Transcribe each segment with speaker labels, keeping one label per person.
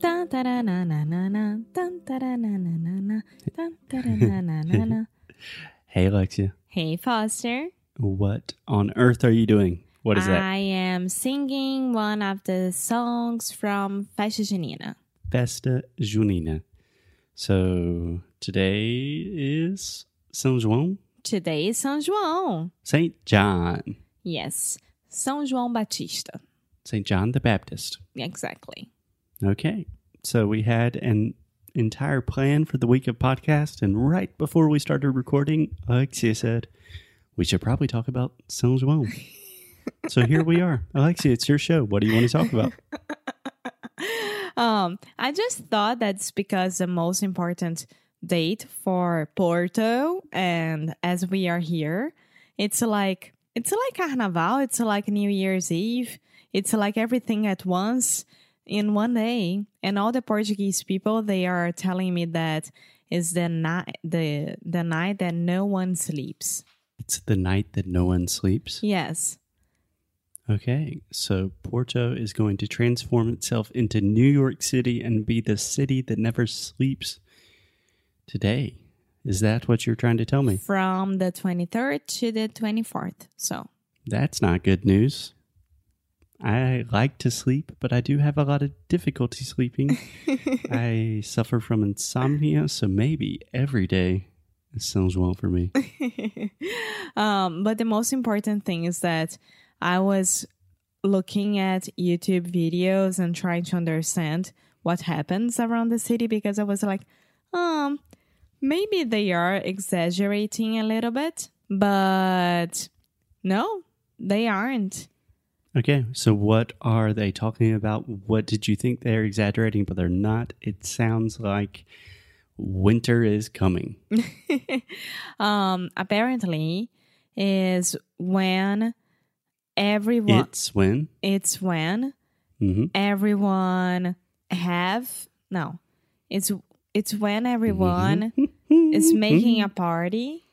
Speaker 1: Dun, da-da-na-na-na-na. Dun, da-da-na-na-na-na. Dun, da-da-na-na-na-na.
Speaker 2: Hey, Alexia,
Speaker 1: Hey, Foster.
Speaker 2: what on earth are you doing? What is that?
Speaker 1: I am singing one of the songs from Festa Junina.
Speaker 2: Festa Junina. So today is São João,
Speaker 1: Today is São João.
Speaker 2: Saint John,
Speaker 1: Yes, São João Batista.
Speaker 2: Saint John the Baptist.
Speaker 1: Exactly.
Speaker 2: Okay, so we had an entire plan for the week of podcast, and right before we started recording, Alexia said we should probably talk about São João. so here we are, Alexia. It's your show. What do you want to talk about?
Speaker 1: um, I just thought that's because the most important date for Porto, and as we are here, it's like it's like Carnaval, it's like New Year's Eve, it's like everything at once in one day. And all the Portuguese people they are telling me that is the night the the night that no one sleeps.
Speaker 2: It's the night that no one sleeps.
Speaker 1: Yes.
Speaker 2: Okay, so Porto is going to transform itself into New York City and be the city that never sleeps today. Is that what you're trying to tell me?
Speaker 1: From the twenty third to the twenty fourth. So
Speaker 2: That's not good news. I like to sleep, but I do have a lot of difficulty sleeping. I suffer from insomnia, so maybe every day sounds well for me.
Speaker 1: um, but the most important thing is that I was looking at YouTube videos and trying to understand what happens around the city because I was like, um, maybe they are exaggerating a little bit, but no, they aren't.
Speaker 2: Okay, so what are they talking about? What did you think they're exaggerating, but they're not? It sounds like winter is coming.
Speaker 1: um, apparently, is when everyone
Speaker 2: It's when?
Speaker 1: it's when
Speaker 2: hmm
Speaker 1: everyone have no it's it's when everyone is making a party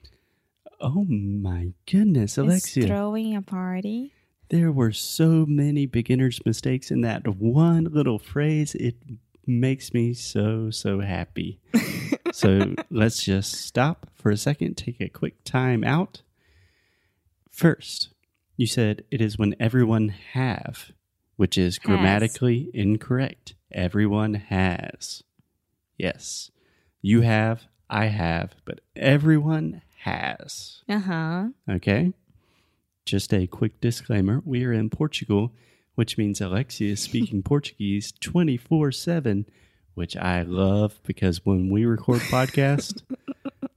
Speaker 2: Mm-hmm. Oh my goodness,
Speaker 1: is
Speaker 2: Alexia.
Speaker 1: throwing a party
Speaker 2: There were so many beginner's mistakes in that one little phrase. It makes me so, so happy. so let's just stop for a second, take a quick time out. First, you said it is when everyone have, which is grammatically incorrect. Everyone has. Yes. You have, I have, but everyone has.
Speaker 1: uh-huh
Speaker 2: Okay. Just a quick disclaimer we are in Portugal, which means Alexia is speaking Portuguese 24 7, which I love because when we record podcasts,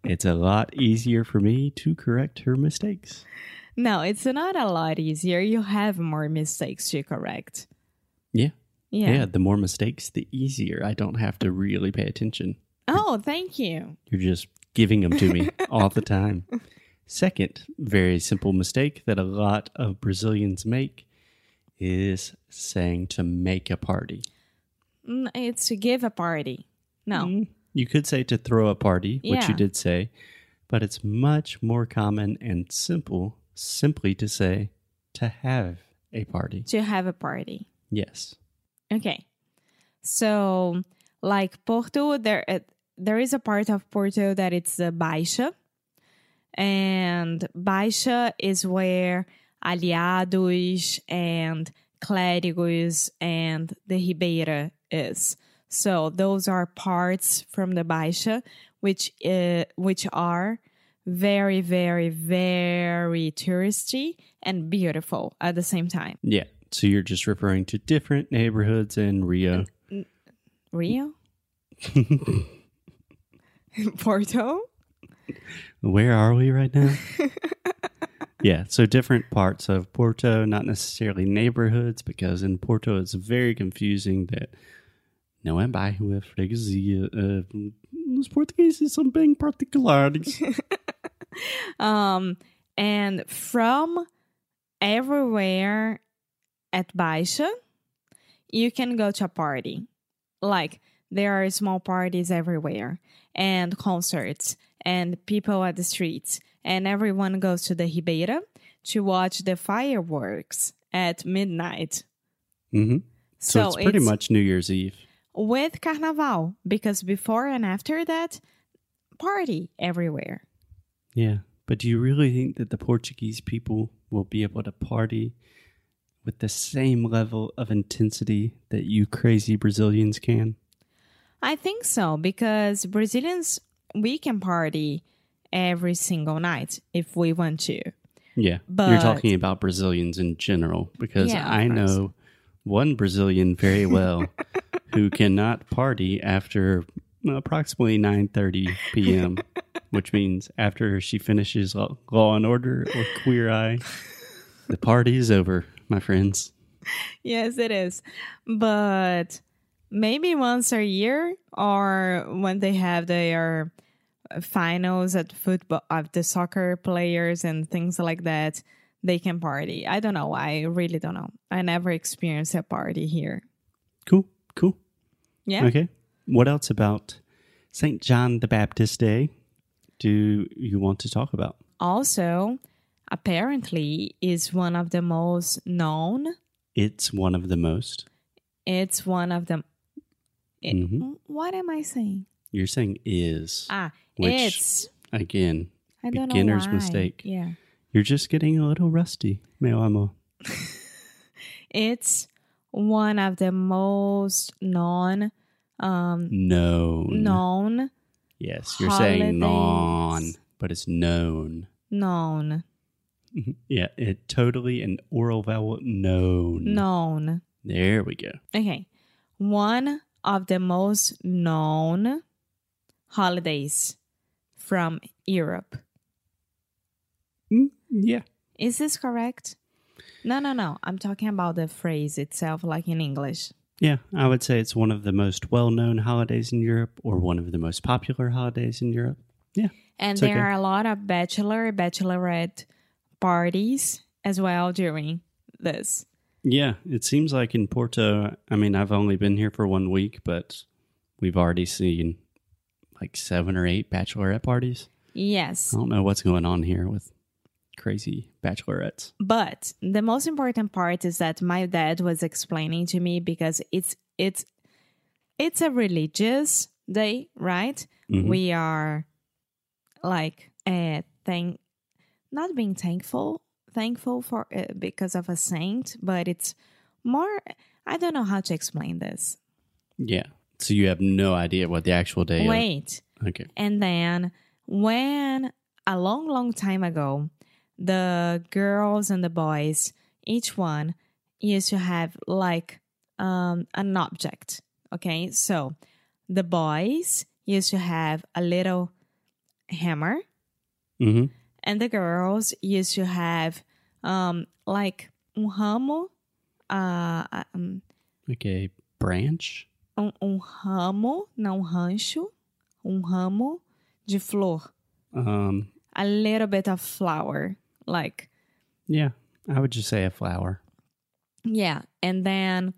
Speaker 2: it's a lot easier for me to correct her mistakes.
Speaker 1: no it's not a lot easier you have more mistakes to correct
Speaker 2: Yeah.
Speaker 1: yeah,
Speaker 2: Yeah. the more mistakes, the easier. I don't have to really pay attention.
Speaker 1: oh thank you
Speaker 2: You're just giving them to me all the time. Second, very simple mistake that a lot of Brazilians make is saying to make a party.
Speaker 1: Mm, it's to give a party no
Speaker 2: Mm, You could say to throw a party, which you
Speaker 1: Yeah.
Speaker 2: did say, but it's much more common and simple simply to say to have a party.
Speaker 1: to have a party
Speaker 2: Yes.
Speaker 1: Okay. So, like Porto, there uh, there is a part of Porto that it's the Baixa. And Baixa is where aliados and clérigos and the Ribeira is. So those are parts from the Baixa which uh, which are very very very touristy and beautiful at the same time.
Speaker 2: Yeah. So you're just referring to different neighborhoods in Rio.
Speaker 1: Mm. Rio? Porto?
Speaker 2: Where are we right now? yeah, so different parts of Porto, not necessarily neighborhoods, because in Porto it's very confusing that não é bairro, é freguesia. Uh, os portugueses são bem particulares.
Speaker 1: Um, and from everywhere at Baixa, you can go to a party. Like there are small parties everywhere, and concerts, and people at the streets, and everyone goes to the Ribeira to watch the fireworks at midnight.
Speaker 2: hmm So, it's pretty
Speaker 1: it's-
Speaker 2: much New Year's Eve.
Speaker 1: with Carnaval because before and after that, party everywhere.
Speaker 2: Yeah. But do you really think that the Portuguese people will be able to party with the same level of intensity that you crazy Brazilians can?
Speaker 1: I think so because Brazilians, we can party every single night if we want to.
Speaker 2: Yeah. You're
Speaker 1: But-
Speaker 2: talking about Brazilians in general because
Speaker 1: Yeah, of
Speaker 2: I
Speaker 1: course.
Speaker 2: know one Brazilian very well who cannot party after approximately 9:30 p.m., which means after she finishes Law Law and Order or Queer Eye, the party is over, my friends.
Speaker 1: Yes, it is. But maybe once a year or when they have their finals at football of the soccer players and things like that, they can party. I don't know. I really don't know. I never experienced a party here.
Speaker 2: Cool, cool.
Speaker 1: Yeah.
Speaker 2: Okay. What else about St. John the Baptist Day do you want to talk about?
Speaker 1: Also, apparently is one of the most known.
Speaker 2: It's one of the most.
Speaker 1: It's one of the it-
Speaker 2: Mhm.
Speaker 1: What am I saying?
Speaker 2: You're saying is.
Speaker 1: Ah,
Speaker 2: Which-
Speaker 1: it's
Speaker 2: Again,
Speaker 1: I don't
Speaker 2: beginner's
Speaker 1: know why.
Speaker 2: mistake.
Speaker 1: Yeah.
Speaker 2: you're just getting a little rusty, meu amor.
Speaker 1: It's one of the most known um
Speaker 2: Known.
Speaker 1: known
Speaker 2: Yes, you're saying non,
Speaker 1: Holidays.
Speaker 2: but it's known.
Speaker 1: known Mm-hmm.
Speaker 2: Yeah, it totally an oral vowel known.
Speaker 1: known.
Speaker 2: There we go.
Speaker 1: Okay. One of the most known holidays from Europe.
Speaker 2: Mm, yeah.
Speaker 1: Is this correct? No, no, no. I'm talking about the phrase itself like in English.
Speaker 2: Yeah, I would say it's one of the most well-known holidays in Europe or one of the most popular holidays in Europe. Yeah.
Speaker 1: And
Speaker 2: It's
Speaker 1: there
Speaker 2: okay.
Speaker 1: are a lot of bachelor, bachelorette parties as well during this.
Speaker 2: Yeah, it seems like in Porto, I mean, I've only been here for one week, but we've already seen like seven or eight bachelorette parties.
Speaker 1: Yes.
Speaker 2: I don't know what's going on here with crazy bachelorettes.
Speaker 1: But the most important part is that my dad was explaining to me because it's it's it's a religious day, right?
Speaker 2: Mhm.
Speaker 1: We are like uh, thank not being thankful thankful for uh, because of a saint, but it's more I don't know how to explain this.
Speaker 2: Yeah. So you have no idea what the actual day is.
Speaker 1: Wait.
Speaker 2: Okay.
Speaker 1: And then when a long, long time ago, the girls and the boys, each one used to have like um, an object. Okay. So the boys used to have a little hammer
Speaker 2: Mm-hmm.
Speaker 1: and the girls used to have um, like um ramo, uh, um,
Speaker 2: Like a branch?
Speaker 1: um, um ramo, não um rancho, um ramo de flor.
Speaker 2: Um,
Speaker 1: a little bit of flour like
Speaker 2: yeah. I would just say a flower.
Speaker 1: yeah and then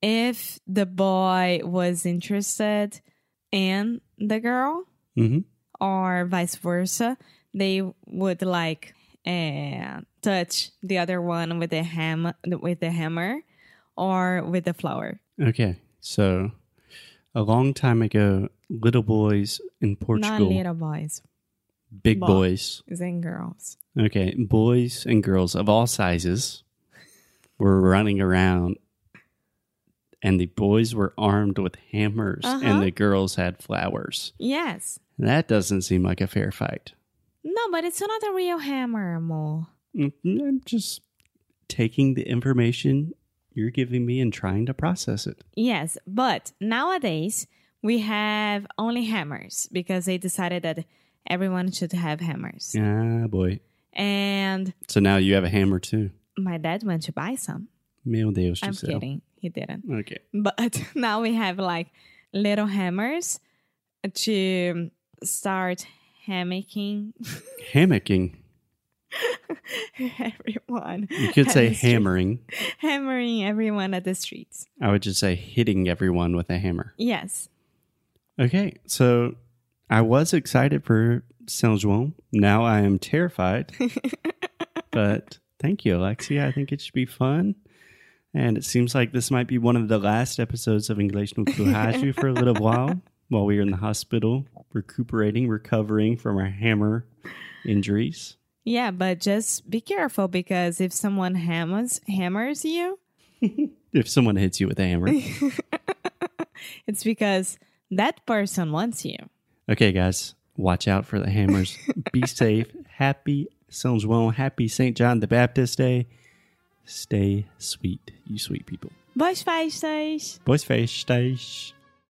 Speaker 1: if the boy was interested in the girl
Speaker 2: Mm-hmm.
Speaker 1: or vice versa they would like uh, touch the other one with the ham with the hammer or with the flour
Speaker 2: Okay. So a long time ago, little boys in
Speaker 1: not
Speaker 2: Portugal,
Speaker 1: little boys
Speaker 2: big
Speaker 1: Bo-
Speaker 2: boys,
Speaker 1: and girls
Speaker 2: okay, boys and girls of all sizes were running around. And the boys were armed with hammers,
Speaker 1: Uh-huh.
Speaker 2: and the girls had flowers.
Speaker 1: yes
Speaker 2: That doesn't seem like a fair fight.
Speaker 1: no but it's not a real hammer amor
Speaker 2: Mm, I'm just taking the information you're giving me and trying to process it.
Speaker 1: Yes, but nowadays we have only hammers because they decided that everyone should have hammers.
Speaker 2: Ah, boy.
Speaker 1: And
Speaker 2: So now you have a hammer too.
Speaker 1: my dad went to buy some.
Speaker 2: Meu Deus do
Speaker 1: I'm
Speaker 2: céu.
Speaker 1: kidding, he didn't.
Speaker 2: Okay.
Speaker 1: But now we have like little hammers to start hammocking
Speaker 2: Hammocking.
Speaker 1: everyone.
Speaker 2: You could
Speaker 1: at
Speaker 2: say
Speaker 1: the street-
Speaker 2: hammering.
Speaker 1: hammering everyone at the streets.
Speaker 2: I would just say hitting everyone with a hammer.
Speaker 1: Yes.
Speaker 2: Okay. So I was excited for Saint Juan. Now I am terrified. but thank you, Alexia. I think it should be fun. And it seems like this might be one of the last episodes of English no Kuhaju for a little while, while we are in the hospital, recuperating, recovering from our hammer injuries.
Speaker 1: Yeah, but just be careful because if someone hammers hammers you,
Speaker 2: If someone hits you with a hammer.
Speaker 1: it's because that person wants you.
Speaker 2: Okay, guys, watch out for the hammers. Be safe. Happy Sounds Well. Happy St. John the Baptist Day. Stay sweet, you sweet people.
Speaker 1: Boas festas.
Speaker 2: Boys face, stay.